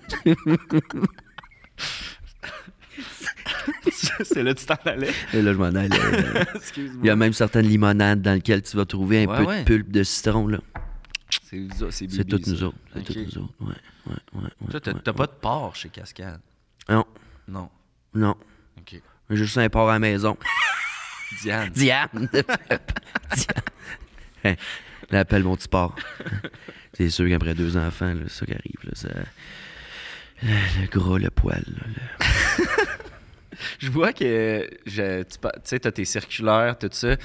c'est là que tu t'en allais.
Et là, je m'en allais. là.
Excuse-moi.
Il y a même certaines limonades dans lesquelles tu vas trouver un
Ouais,
peu
ouais.
de pulpe de citron, là.
C'est vous autres, c'est
C'est
Bibi,
toutes nous
ça.
autres. C'est
euh, Ok.
toutes nous autres. Ouais, ouais, ouais. ouais,
Toi, t'as
ouais.
t'as pas de part chez Cascade.
Non,
Non.
non.
OK.
Juste un port à la maison.
Diane.
Diane. Diane. L'appel mon petit port. C'est sûr qu'après deux enfants, là, c'est ça qui arrive. là, ça- Le, le gras, le poil. là, le-
Je vois que je- tu pa- tu sais, t'as tes circulaires, tout ça.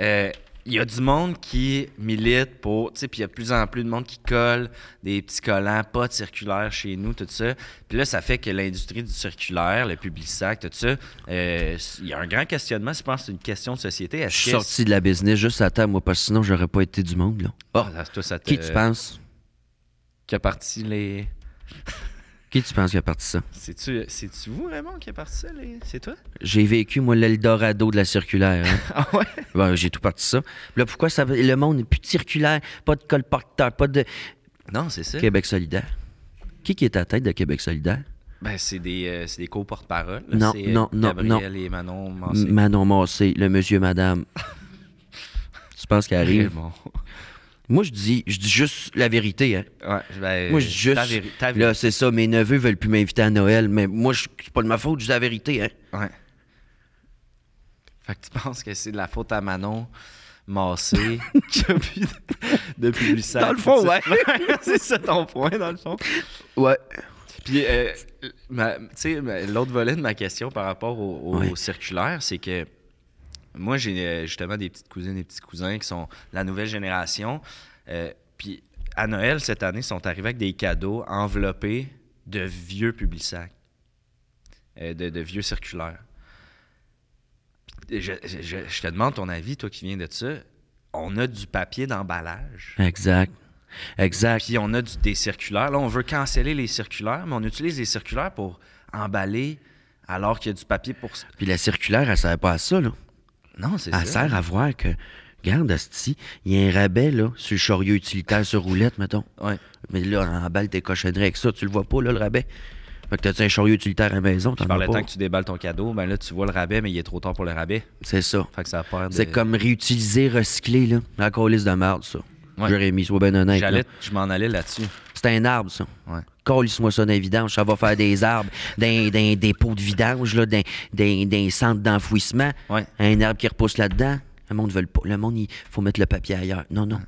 Euh, Il y a du monde qui milite pour. Tu sais, puis il y a de plus en plus de monde qui colle des petits collants, pas de circulaire chez nous, tout ça. Puis là, ça fait que l'industrie du circulaire, le public sac, tout ça, euh, il y a un grand questionnement. Je pense que c'est une question de société.
Je suis sorti de la business juste à terre, moi, parce que sinon, j'aurais pas été du monde, là.
Ah, toi, ça te-
Qui tu penses?
Qui a parti les.
Qui tu penses qui a parti ça?
C'est-tu c'est-tu euh, vous, Raymond, qui a parti ça? les- C'est toi?
J'ai vécu, moi, l'Eldorado de la circulaire. hein.
Ah ouais?
Ben, j'ai tout parti ça. Là, pourquoi ça, le monde n'est plus de circulaire, pas de colporteur, pas de
Non, c'est ça.
Québec solidaire? Qui qui est à la tête de Québec solidaire?
Ben, c'est des, euh, c'est des co-porte-parole. là.
Non,
C'est, euh,
non, non,
Gabriel et Manon Mancé.
Manon Massé, le monsieur, madame. tu penses qu'il arrive?
Raymond.
Moi, je dis, je dis juste la vérité. Hein.
Ouais, ben,
Moi, je dis juste.
ta véri- ta
Là, c'est ça, mes neveux veulent plus m'inviter à Noël, mais moi, je- c'est pas de ma faute, je dis la vérité. Hein.
Ouais. Fait que tu penses que c'est de la faute à Manon Massé qui a bu de publicité.
Dans le fond, ouais.
c'est ça ton point, dans le fond.
Ouais.
Puis, euh, ma- tu sais, ma- l'autre volet de ma question par rapport au, au
Ouais.
circulaire, c'est que moi, j'ai euh, justement des petites cousines et petits cousins qui sont de la nouvelle génération. euh, puis, à Noël, cette année, ils sont arrivés avec des cadeaux enveloppés de vieux Publisac, euh, de, de vieux circulaires. Puis, Je, je- je- je te demande ton avis, toi qui viens de ça. On a du papier d'emballage.
Exact. Exact.
Puis on a du- des circulaires. Là, on veut canceller les circulaires, mais on utilise les circulaires pour emballer alors qu'il y a du papier pour. s-
Puis la circulaire, elle sert pas à ça, là.
Non, c'est
Elle
ça.
sert à voir que, regarde, Asti, il y a un rabais, là, sur le chariot utilitaire sur roulette, mettons.
Ouais.
Mais là, emballe tes cochonneries avec ça, tu le vois pas, là, le rabais. Fait que t'as-tu un chariot utilitaire à la maison, t'en
Par le
as pas.
temps que tu déballes ton cadeau, ben là, tu vois le rabais, mais il est trop tard pour le rabais.
C'est ça.
Fait que ça perd. de-
C'est comme réutiliser, recycler, là. La colisse de marde, ça.
Ouais.
Jérémy, sois ben honnête. là.
J'allais, je m'en allais là-dessus.
C'est un arbre, ça.
Ouais.
Colisse-moi ça dans les vidanges. Ça va faire des arbres, des, des, des pots de vidange, là, des, des, des centres d'enfouissement.
Ouais.
Un arbre qui repousse là-dedans. Le monde veut le pas. Le monde, il faut mettre le papier ailleurs. Non, non.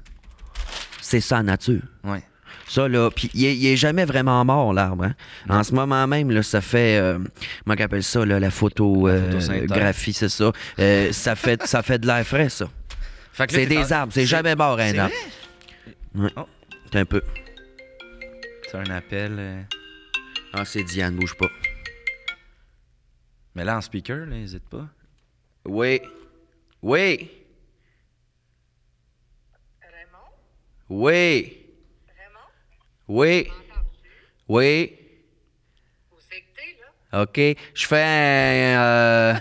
C'est ça, la nature.
Ouais.
Ça, là, puis il est, il est jamais vraiment mort, l'arbre. hein. En ce moment même, là, ça fait, euh, comment qu'on appelle ça, là, la photo,
photosynthèse.
euh, graphie, c'est ça. Euh, ça, fait, ça fait de l'air frais, ça.
Fait que là,
C'est
t'es
des
dans-
arbres, c'est jamais mort, un
c'est
arbre.
vrai?
Ouais.
Oh.
T'es un peu.
C'est un appel. euh,
Ah, c'est Diane, bouge pas.
Mais là, en speaker, là, n'hésite pas.
Oui. Oui.
Raymond?
Oui.
Raymond?
Oui. Oui.
Où c'est que t'es, là?
OK. Je fais un. euh,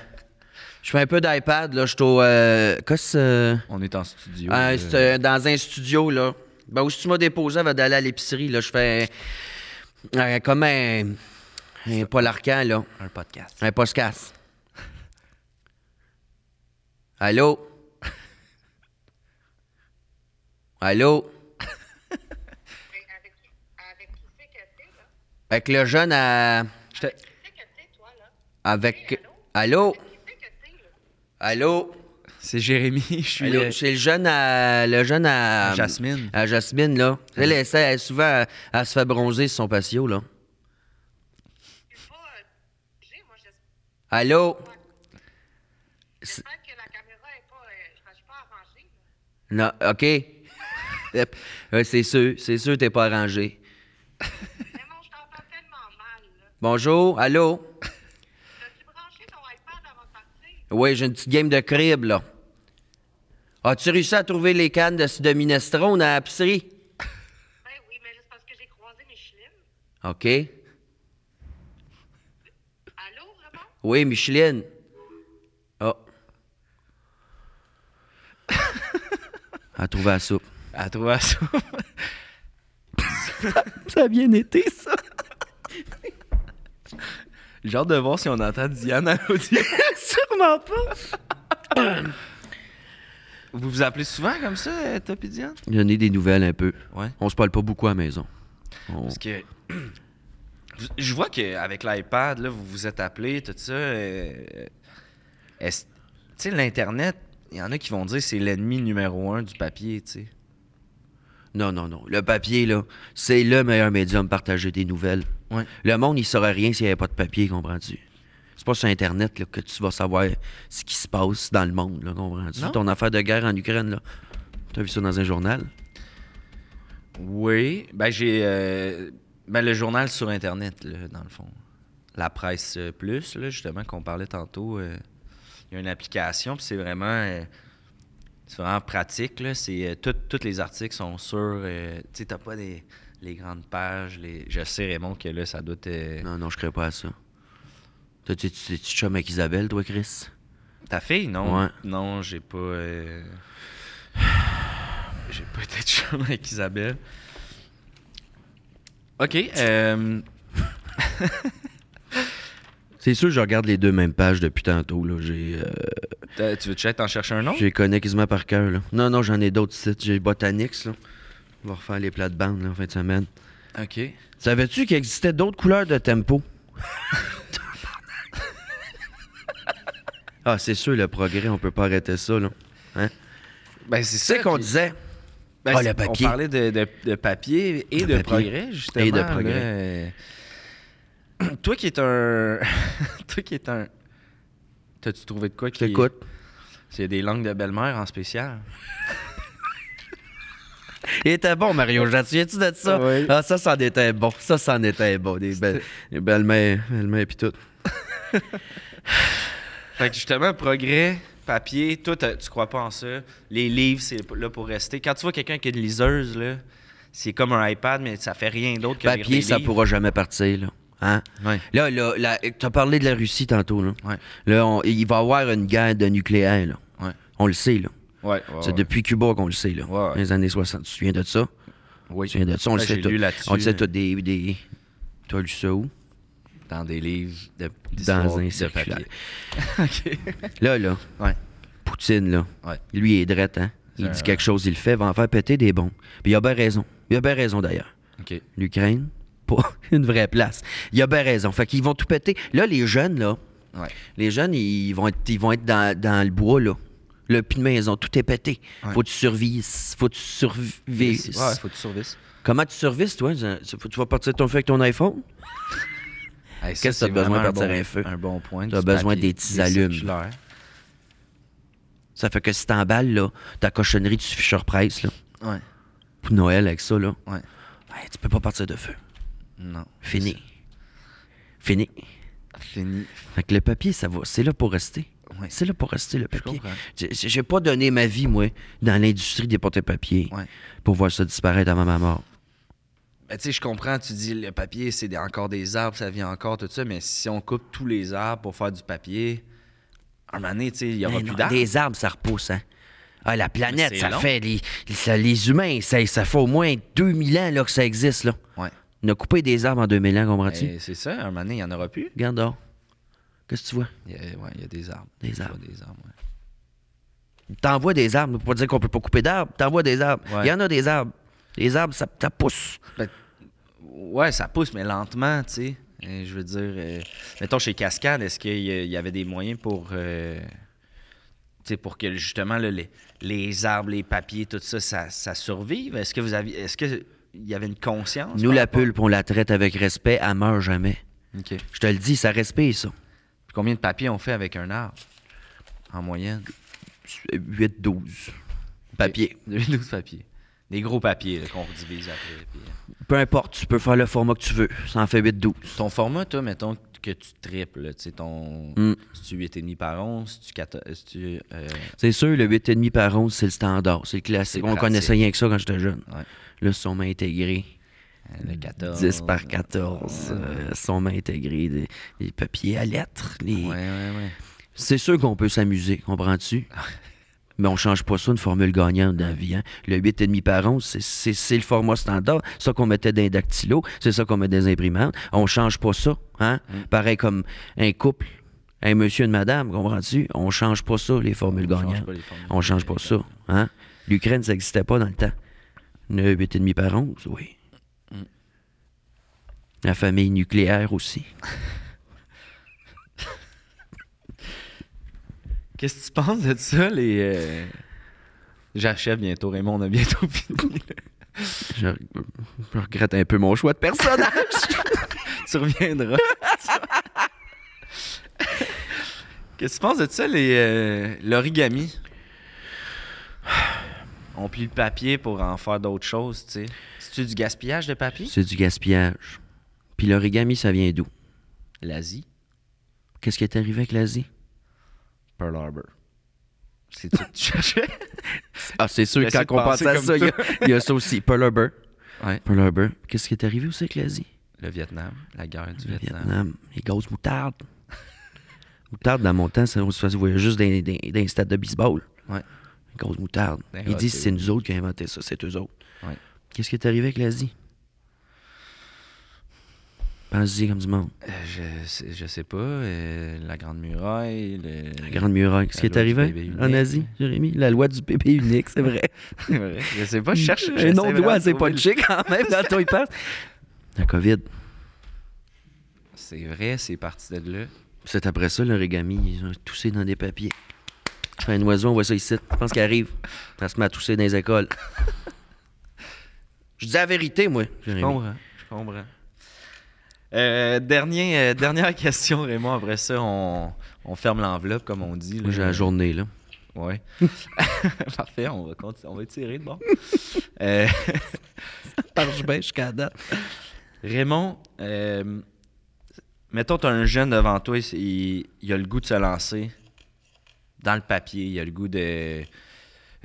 je fais un peu d'iPad, là. Je suis au. euh, Qu'est-ce que. c'est?
On est en studio.
Ah,
euh,
c'est, euh, dans un studio, là. Ben, où si tu m'as déposé avant d'aller à l'épicerie, là, je fais un- un- comme un, un Paul Arcand, là.
Un podcast.
Un podcast. Allô? Allô?
Mais avec, qui- avec qui c'est que t'es, là?
Avec le jeune à...
Je te-
Qui c'est que t'es, toi, là?
Avec... Allô?
Qui c'est que t'es, là?
Allô?
C'est Jérémy. Je suis.
Allô?
euh,
C'est le jeune à... Le jeune à...
À Jasmine.
À Jasmine, là. Elle, elle, elle, souvent, elle, elle se fait bronzer sur son patio, là.
Puis pas... euh, J'ai, moi, j'espère
Allô? C'est-
que la caméra est pas... euh, je suis pas arrangée, là.
Non, OK. Yep. Euh, c'est sûr, c'est sûr, t'es pas arrangé.
Raymond, je t'entends tellement mal, là.
Bonjour, allô?
T'as-tu branché ton iPad avant de partir?
Oui, j'ai une petite game de crib, là. As-tu réussi à trouver les cannes de, de minestrone à la pisserie?
Ben oui, mais là, c'est parce que j'ai croisé Micheline.
OK.
Allô, Raymond?
Oui, Micheline. Ah. Elle a trouvé la soupe.
À toi, à ça.
Ça a bien été, ça.
J'ai hâte de voir si on entend Diane à l'audio.
Sûrement pas.
Vous vous appelez souvent comme ça, euh, toi pis Diane?
Il y en a des nouvelles un peu.
Ouais.
On se parle pas beaucoup à la maison. On-
Parce que je vois qu'avec l'iPad, là, vous vous êtes appelés, tout ça. euh, est-ce- tu sais, l'Internet, il y en a qui vont dire c'est l'ennemi numéro un du papier, tu sais.
Non, non, non. Le papier, là, c'est le meilleur médium pour partager des nouvelles.
Ouais.
Le monde, il saurait rien s'il n'y avait pas de papier, comprends-tu? C'est pas sur Internet là, que tu vas savoir ce qui se passe dans le monde, là, comprends-tu?
Non.
Ton affaire de guerre en Ukraine, là. T'as vu ça dans un journal?
Oui. Ben, j'ai. euh, ben, le journal sur Internet, là, dans le fond. La presse euh, plus, là, justement, qu'on parlait tantôt. euh, Il y a une application, puis c'est vraiment. euh, c'est vraiment pratique, là. C'est, euh, tout- tous les articles sont sur. euh, tu sais, t'as pas des, les grandes pages. Les... Je sais, Raymond, que là, ça doit te.
Non, non, je crée pas à ça. T'as- T'es t'es- t'es chum avec Isabelle, toi, Chris?
Ta fille, non?
Ouais.
Non, j'ai pas. euh, J'ai pas été de chum avec Isabelle. OK. euh,
C'est sûr, je regarde les deux mêmes pages depuis tantôt. Là. J'ai, euh,
T'as- Tu veux peut-être t'en chercher un nom?
je les connais quasiment par cœur. là. Non, non, j'en ai d'autres sites. J'ai Botanix. Là. On va refaire les plates-bandes là, en fin de semaine.
OK.
Savais-tu qu'il existait d'autres couleurs de tempo? ah, c'est sûr, le progrès, on peut pas arrêter ça. Là. Hein?
Ben, c'est ça
C'est qu'on
qui-
disait.
ben,
Ah,
c'est-
le papier.
On parlait de, de- de papier et
Le
de
papier.
progrès, justement.
Et de
là.
progrès.
Toi qui es un... Toi qui es un... T'as-tu trouvé de quoi
Je
qui...
t'écoute.
C'est des langues de belle-mère en spécial.
Il était bon, Mario. Jean. Tu viens-tu de ça?
Oui.
Ah, ça, c'en était bon. Ça, c'en était bon. Des belles, des belles mains, belles mains pis tout.
Fait que justement, progrès, papier, toi, t'as- tu crois pas en ça. Les livres, c'est là pour rester. Quand tu vois quelqu'un qui a une liseuse, là, c'est comme un iPad, mais ça fait rien d'autre que lire
Papier,
des
ça
livres.
pourra jamais partir, là. Hein?
Ouais.
Là, là, là, t'as parlé de la Russie tantôt, là.
Ouais.
Là, on- il va y avoir une guerre de nucléaire, là.
Ouais.
On le sait, là.
Ouais, ouais,
C'est
ouais.
depuis Cuba qu'on le sait, là.
Ouais, ouais.
Les années 60. Tu te souviens de ça?
Oui.
Tu te souviens de ça? On le
Ouais,
sait
Ah, j'ai
tout.
lu là-dessus.
On le sait tout. Des, des... T'as lu ça où?
Dans des livres de
Dans un
de
circulaire.
papier. OK.
Là, là,
Ouais.
Poutine, là.
Ouais.
Lui, il est drette, hein? Il
C'est
dit
un-
quelque chose, il le fait, va en faire péter des bombes. Puis il a bien raison. Il a bien raison, d'ailleurs.
OK.
l'Ukraine, pas une vraie place. Il a bien raison. Fait qu'ils vont tout péter. Là, les jeunes, là,
Ouais.
les jeunes, ils vont être, ils vont être dans, dans le bois, là. Le puits de maison, tout est pété.
Ouais.
Faut que tu survives. Faut que tu
Ouais,
survives.
faut que tu survises.
Comment tu survives, toi? Jean? Tu- Tu vas partir ton feu avec ton iPhone?
Hey, ça,
Qu'est-ce que
c'est
t'as besoin
vraiment
pour
un
tirer
bon-
un feu?
Un bon point.
T'as
du
besoin
papier,
des petits allumes.
circulaires.
Ça fait que si t'emballes, là, ta cochonnerie du Fisher Price, là,
Ouais.
pour Noël avec ça, là,
Ouais.
ouais, tu peux pas partir de feu.
Non.
Fini. Fini.
Fini.
Fait que le papier, ça va. C'est là pour rester.
Ouais.
C'est là pour rester, le papier.
comprends.
J'ai- J'ai j'ai pas donné ma vie, moi, dans l'industrie des porte-papiers
Ouais.
pour voir ça disparaître avant ma mort.
Ben, tu sais, je comprends, tu dis le papier, c'est des- encore des arbres, ça vient encore, tout ça, mais si on coupe tous les arbres pour faire du papier, un moment donné, tu sais, il n'y aura
Ben
plus
non,
d'arbres.
des arbres, ça repousse, hein? Ah, la planète,
Mais c'est
ça
long.
fait. Les, ça- les humains, ça, ça fait au moins 2000 ans là, que ça existe. Là.
Ouais.
On a coupé des arbres en 2000 ans, comprends-tu?
Ben, c'est ça, un moment donné, il n'y en aura plus.
Regarde dehors. Qu'est-ce que tu vois?
Il y a, ouais, il y a des arbres.
Des
Je vois
arbres.
Des arbres, ouais.
T'envoies des arbres, pour pas dire qu'on peut pas couper d'arbres. T'envoies des arbres. Il
Ouais.
y en a des arbres. Les arbres, ça, ça pousse.
Ben, ouais, ça pousse, mais lentement, tu sais. Euh, Je veux dire, euh, mettons, chez Cascade, est-ce qu'il y a- il y avait des moyens pour, euh, tu sais, pour que justement là, les, les arbres, les papiers, tout ça, ça, ça survive? Est-ce que vous aviez, est-ce qu'il y avait une conscience?
Nous,
par
la
rapport-
pulpe, on la traite avec respect, elle meurt jamais.
OK.
Je te le dis, ça respire, ça.
Puis combien de papier on fait avec un arbre en moyenne?
8-12. Papier.
12 papiers. Des gros papiers là, qu'on redivise après. puis, euh.
Peu importe, tu peux faire le format que tu veux. Ça en fait 8-12.
Ton format, toi, mettons que tu triples, là, tu sais, ton.
Mm.
Si tu 8,5 par 11, si tu. 14, si tu euh,
C'est sûr, le 8,5 par 11, c'est le standard. C'est le classique.
C'est
On
pratique.
connaissait rien que ça quand j'étais jeune.
ouais,
Là, ils sont intégrés.
le 14.
10 par 14. euh, sont intégrés. Des, des papiers à lettres. les-
Ouais, ouais, ouais.
C'est sûr qu'on peut s'amuser, comprends-tu? Mais on change pas ça, une formule gagnante dans la vie. hein. Le 8,5 par 11, c'est- c'est c'est le format standard. Ça qu'on mettait dans les dactylos, c'est ça qu'on met dans les imprimantes. On change pas ça. Hein?
Mm.
Pareil comme un couple, un monsieur et une madame, comprends-tu? On change pas ça, les formules
On change
gagnantes.
pas les formules
on change pas ça. Hein? L'Ukraine, ça n'existait pas dans le temps. Le 8,5 par 11, oui.
Mm.
La famille nucléaire aussi.
Qu'est-ce que tu penses de ça, les. euh, J'achève bientôt, Raymond, on a bientôt fini. là.
Je, je regrette un peu mon choix de personnage.
tu reviendras. Qu'est-ce que tu penses de ça, les, euh, l'origami? On plie le papier pour en faire d'autres choses, tu sais. C'est-tu du gaspillage de papier?
C'est du gaspillage. Puis l'origami, ça vient d'où?
L'Asie.
Qu'est-ce qui est arrivé avec l'Asie?
Pearl Harbor. C'est ça que tu cherchais?
Ah, c'est sûr,
J'essaie de penser comme
il y, a- il y a ça aussi. Pearl Harbor.
Ouais.
Pearl Harbor. Qu'est-ce qui est arrivé aussi avec l'Asie?
Le Vietnam. La guerre du
Le
Vietnam.
Vietnam. Les grosses moutardes. moutardes, dans mon temps, ça, on se faisait voyager juste dans, dans- dans les stades de baseball.
Ouais.
Les grosses moutardes.
Des
Ils disent
rotés.
que Ben, c'est nous autres qui avons inventé ça. C'est eux autres.
Ouais.
Qu'est-ce qui est arrivé avec l'Asie? Pense-y comme du monde.
Euh, je, sais- je sais pas. euh, la Grande Muraille. le-
La Grande Muraille. Qu'est-ce qui
La
est
loi du
arrivé
bébé unique.
en Asie, Jérémy? La loi du bébé unique, c'est vrai.
je sais pas, je cherche.
Un nom de loi, c'est pas chic quand même, dans ton passe. La COVID.
C'est vrai, c'est parti de là.
C'est après ça, l'origami, ils ont toussé dans des papiers. Je fais un oiseau, on voit ça ici. Je pense qu'il arrive. Ça se met à tousser dans les écoles. Je dis la vérité, moi.
Je
Jérémy.
comprends. Je comprends. Euh, dernier, euh, dernière question, Raymond. Après ça, on, on ferme l'enveloppe, comme on dit.
Moi,
là.
j'ai la journée, là.
Ouais. Parfait, on va, conti- on va tirer de bon. Euh,
Parche bien jusqu'à date.
Raymond, euh, mettons, tu as un jeune devant toi, il, il- il a le goût de se lancer dans le papier, il a le goût de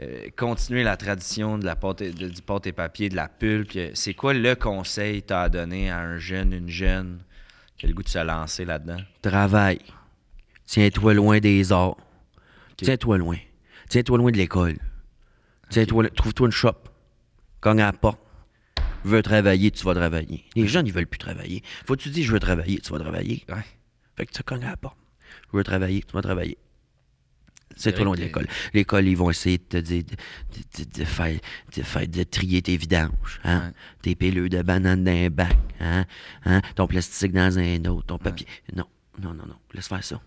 euh, continuer la tradition de la pâte et- de- du pâte et papier, de la pulpe. Euh, C'est quoi le conseil que tu as à donner à un jeune, une jeune qui a le goût de se lancer là-dedans?
Travaille. Tiens-toi loin des arts. Tiens-toi loin. Tiens-toi loin de l'école. Tiens-toi, trouve-toi une shop. Cogne à la porte. Veux travailler, tu vas travailler. Les jeunes, ils veulent plus travailler. Faut que tu dis, je veux travailler, tu vas travailler.
Ouais.
Fait que tu cognes à la porte. Je veux travailler, tu vas travailler. C'est
vrai
trop loin de
que-
l'école. L'école, ils vont essayer de te dire de, de- de- de faire, de faire- de trier tes vidanges, hein?
Ouais.
tes pilules de banane dans un bac, hein? Hein? ton plastique dans un autre, ton papier. Non, non, non, non. Laisse faire ça.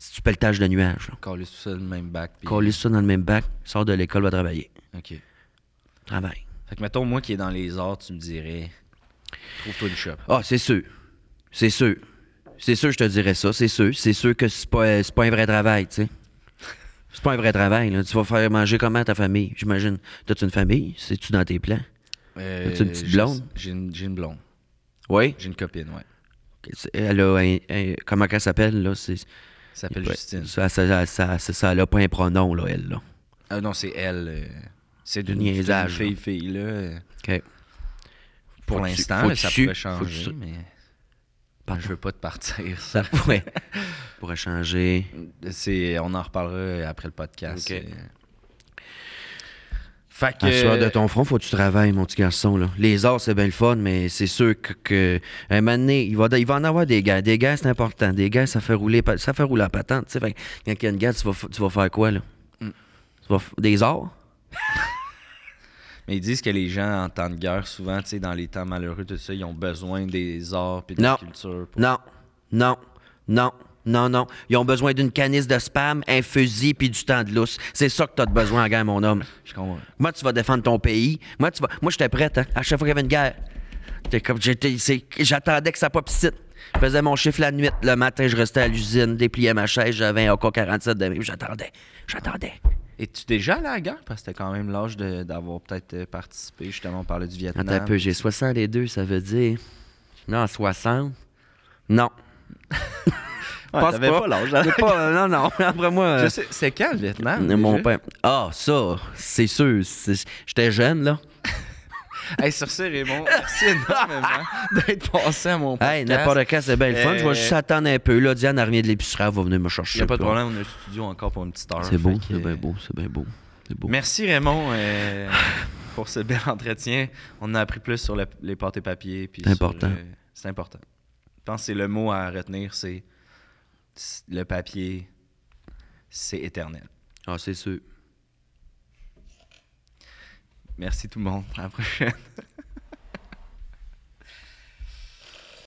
Si tu pelletage de nuages, là,
Coller tout ça dans le même bac. puis-
coller ça dans le même bac, sors de l'école, va travailler.
OK.
Travaille.
Fait que mettons, moi qui est dans les arts, tu me dirais, trouve-toi une shop.
Ah, c'est sûr. C'est sûr. C'est sûr, je te dirais ça. C'est sûr. C'est sûr que c'est pas, euh, c'est pas un vrai travail, tu sais. C'est pas un vrai travail. là. Tu vas faire manger comment à ta famille? J'imagine. T'as-tu une famille? C'est-tu dans tes plans?
Euh,
As-tu une petite
je-
blonde?
J'ai une, j'ai une blonde.
Oui.
J'ai une copine, ouais.
Elle a un- un- comment qu'elle s'appelle, là? C'est,
Elle s'appelle
Ouais.
Justine.
Ça, ça, ça, ça, ça, ça, elle a pas un pronom, là, elle, là.
Ah non, c'est elle. euh, C'est
Du
d'une
niaisage,
Fille, fille, là. euh,
OK.
Pour
Faut que tu-
l'instant,
faut
là,
que
ça
tu-
pourrait
faut que tu-
changer, mais. euh,
Pardon.
Je veux pas te partir. ça.
Ça pourrait. pourrait changer.
C'est, on en reparlera euh, après le podcast.
Ok.
euh. Fait que.
À sueur de ton front, faut que tu travailles, mon petit garçon. Là. Les arts, c'est bien le fun, mais c'est sûr que, que un moment donné, il va, il va en avoir des gars. Des gars, c'est important. Des gars, ça fait rouler, pa- ça fait rouler la patente. tu sais. Fait que quand il y a une gars, tu vas, f- tu vas faire quoi, là?
Mm.
Tu vas f- des arts?
Mais ils disent que les gens en temps de guerre, souvent, tu sais, dans les temps malheureux, tout ça, ils ont besoin des arts puis de
Non.
la culture. pour-
Non, non, non, non, non. Ils ont besoin d'une canisse de spam, un fusil, puis du temps de lousse. C'est ça que t'as de besoin en guerre, mon homme.
Je comprends.
Moi, tu vas défendre ton pays. Moi, tu vas... Moi, j'étais prête, hein, à chaque fois qu'il y avait une guerre. T'es comme, j'étais- c'est- j'attendais que ça pop ici. Je faisais mon chiffre la nuit. Le matin, je restais à l'usine, dépliais ma chaise, j'avais un AK-47 de même. J'attendais. J'attendais.
Es-tu déjà allé à la guerre? Parce que t'as quand même l'âge de- d'avoir peut-être euh, participé. Justement, on parlait du Vietnam.
Attends un peu, j'ai 62, ça veut dire. Non, 60. Non.
Ouais,
Pense
t'avais pas l'âge. hein?
J'ai pas- euh, Non, non, après moi. euh,
Je sais- C'est quand le Vietnam?
Mon
déjà?
père. Ah, ça, c'est sûr. c'est- J'étais jeune, là.
Hey, sur ce, Raymond, merci énormément d'être passé à mon
Hey,
podcast.
n'importe quand, c'est bien le fun. Je
Euh,
vais juste attendre un peu. Là, Diane, elle revient de l'épicerie, elle va venir me chercher.
Il n'y a pas de
puis on-
problème, on a le studio encore pour une petite heure.
C'est beau,
fait que-
c'est bien beau, c'est bien beau. C'est beau.
Merci Raymond euh, pour ce bel entretien. On a appris plus sur le- les pâtes et papiers. puis
C'est
sur,
important.
euh, c'est important. Je pense que c'est le mot à retenir, c'est c'est- le papier, c'est éternel.
Ah, c'est sûr.
Merci tout le monde. À la prochaine.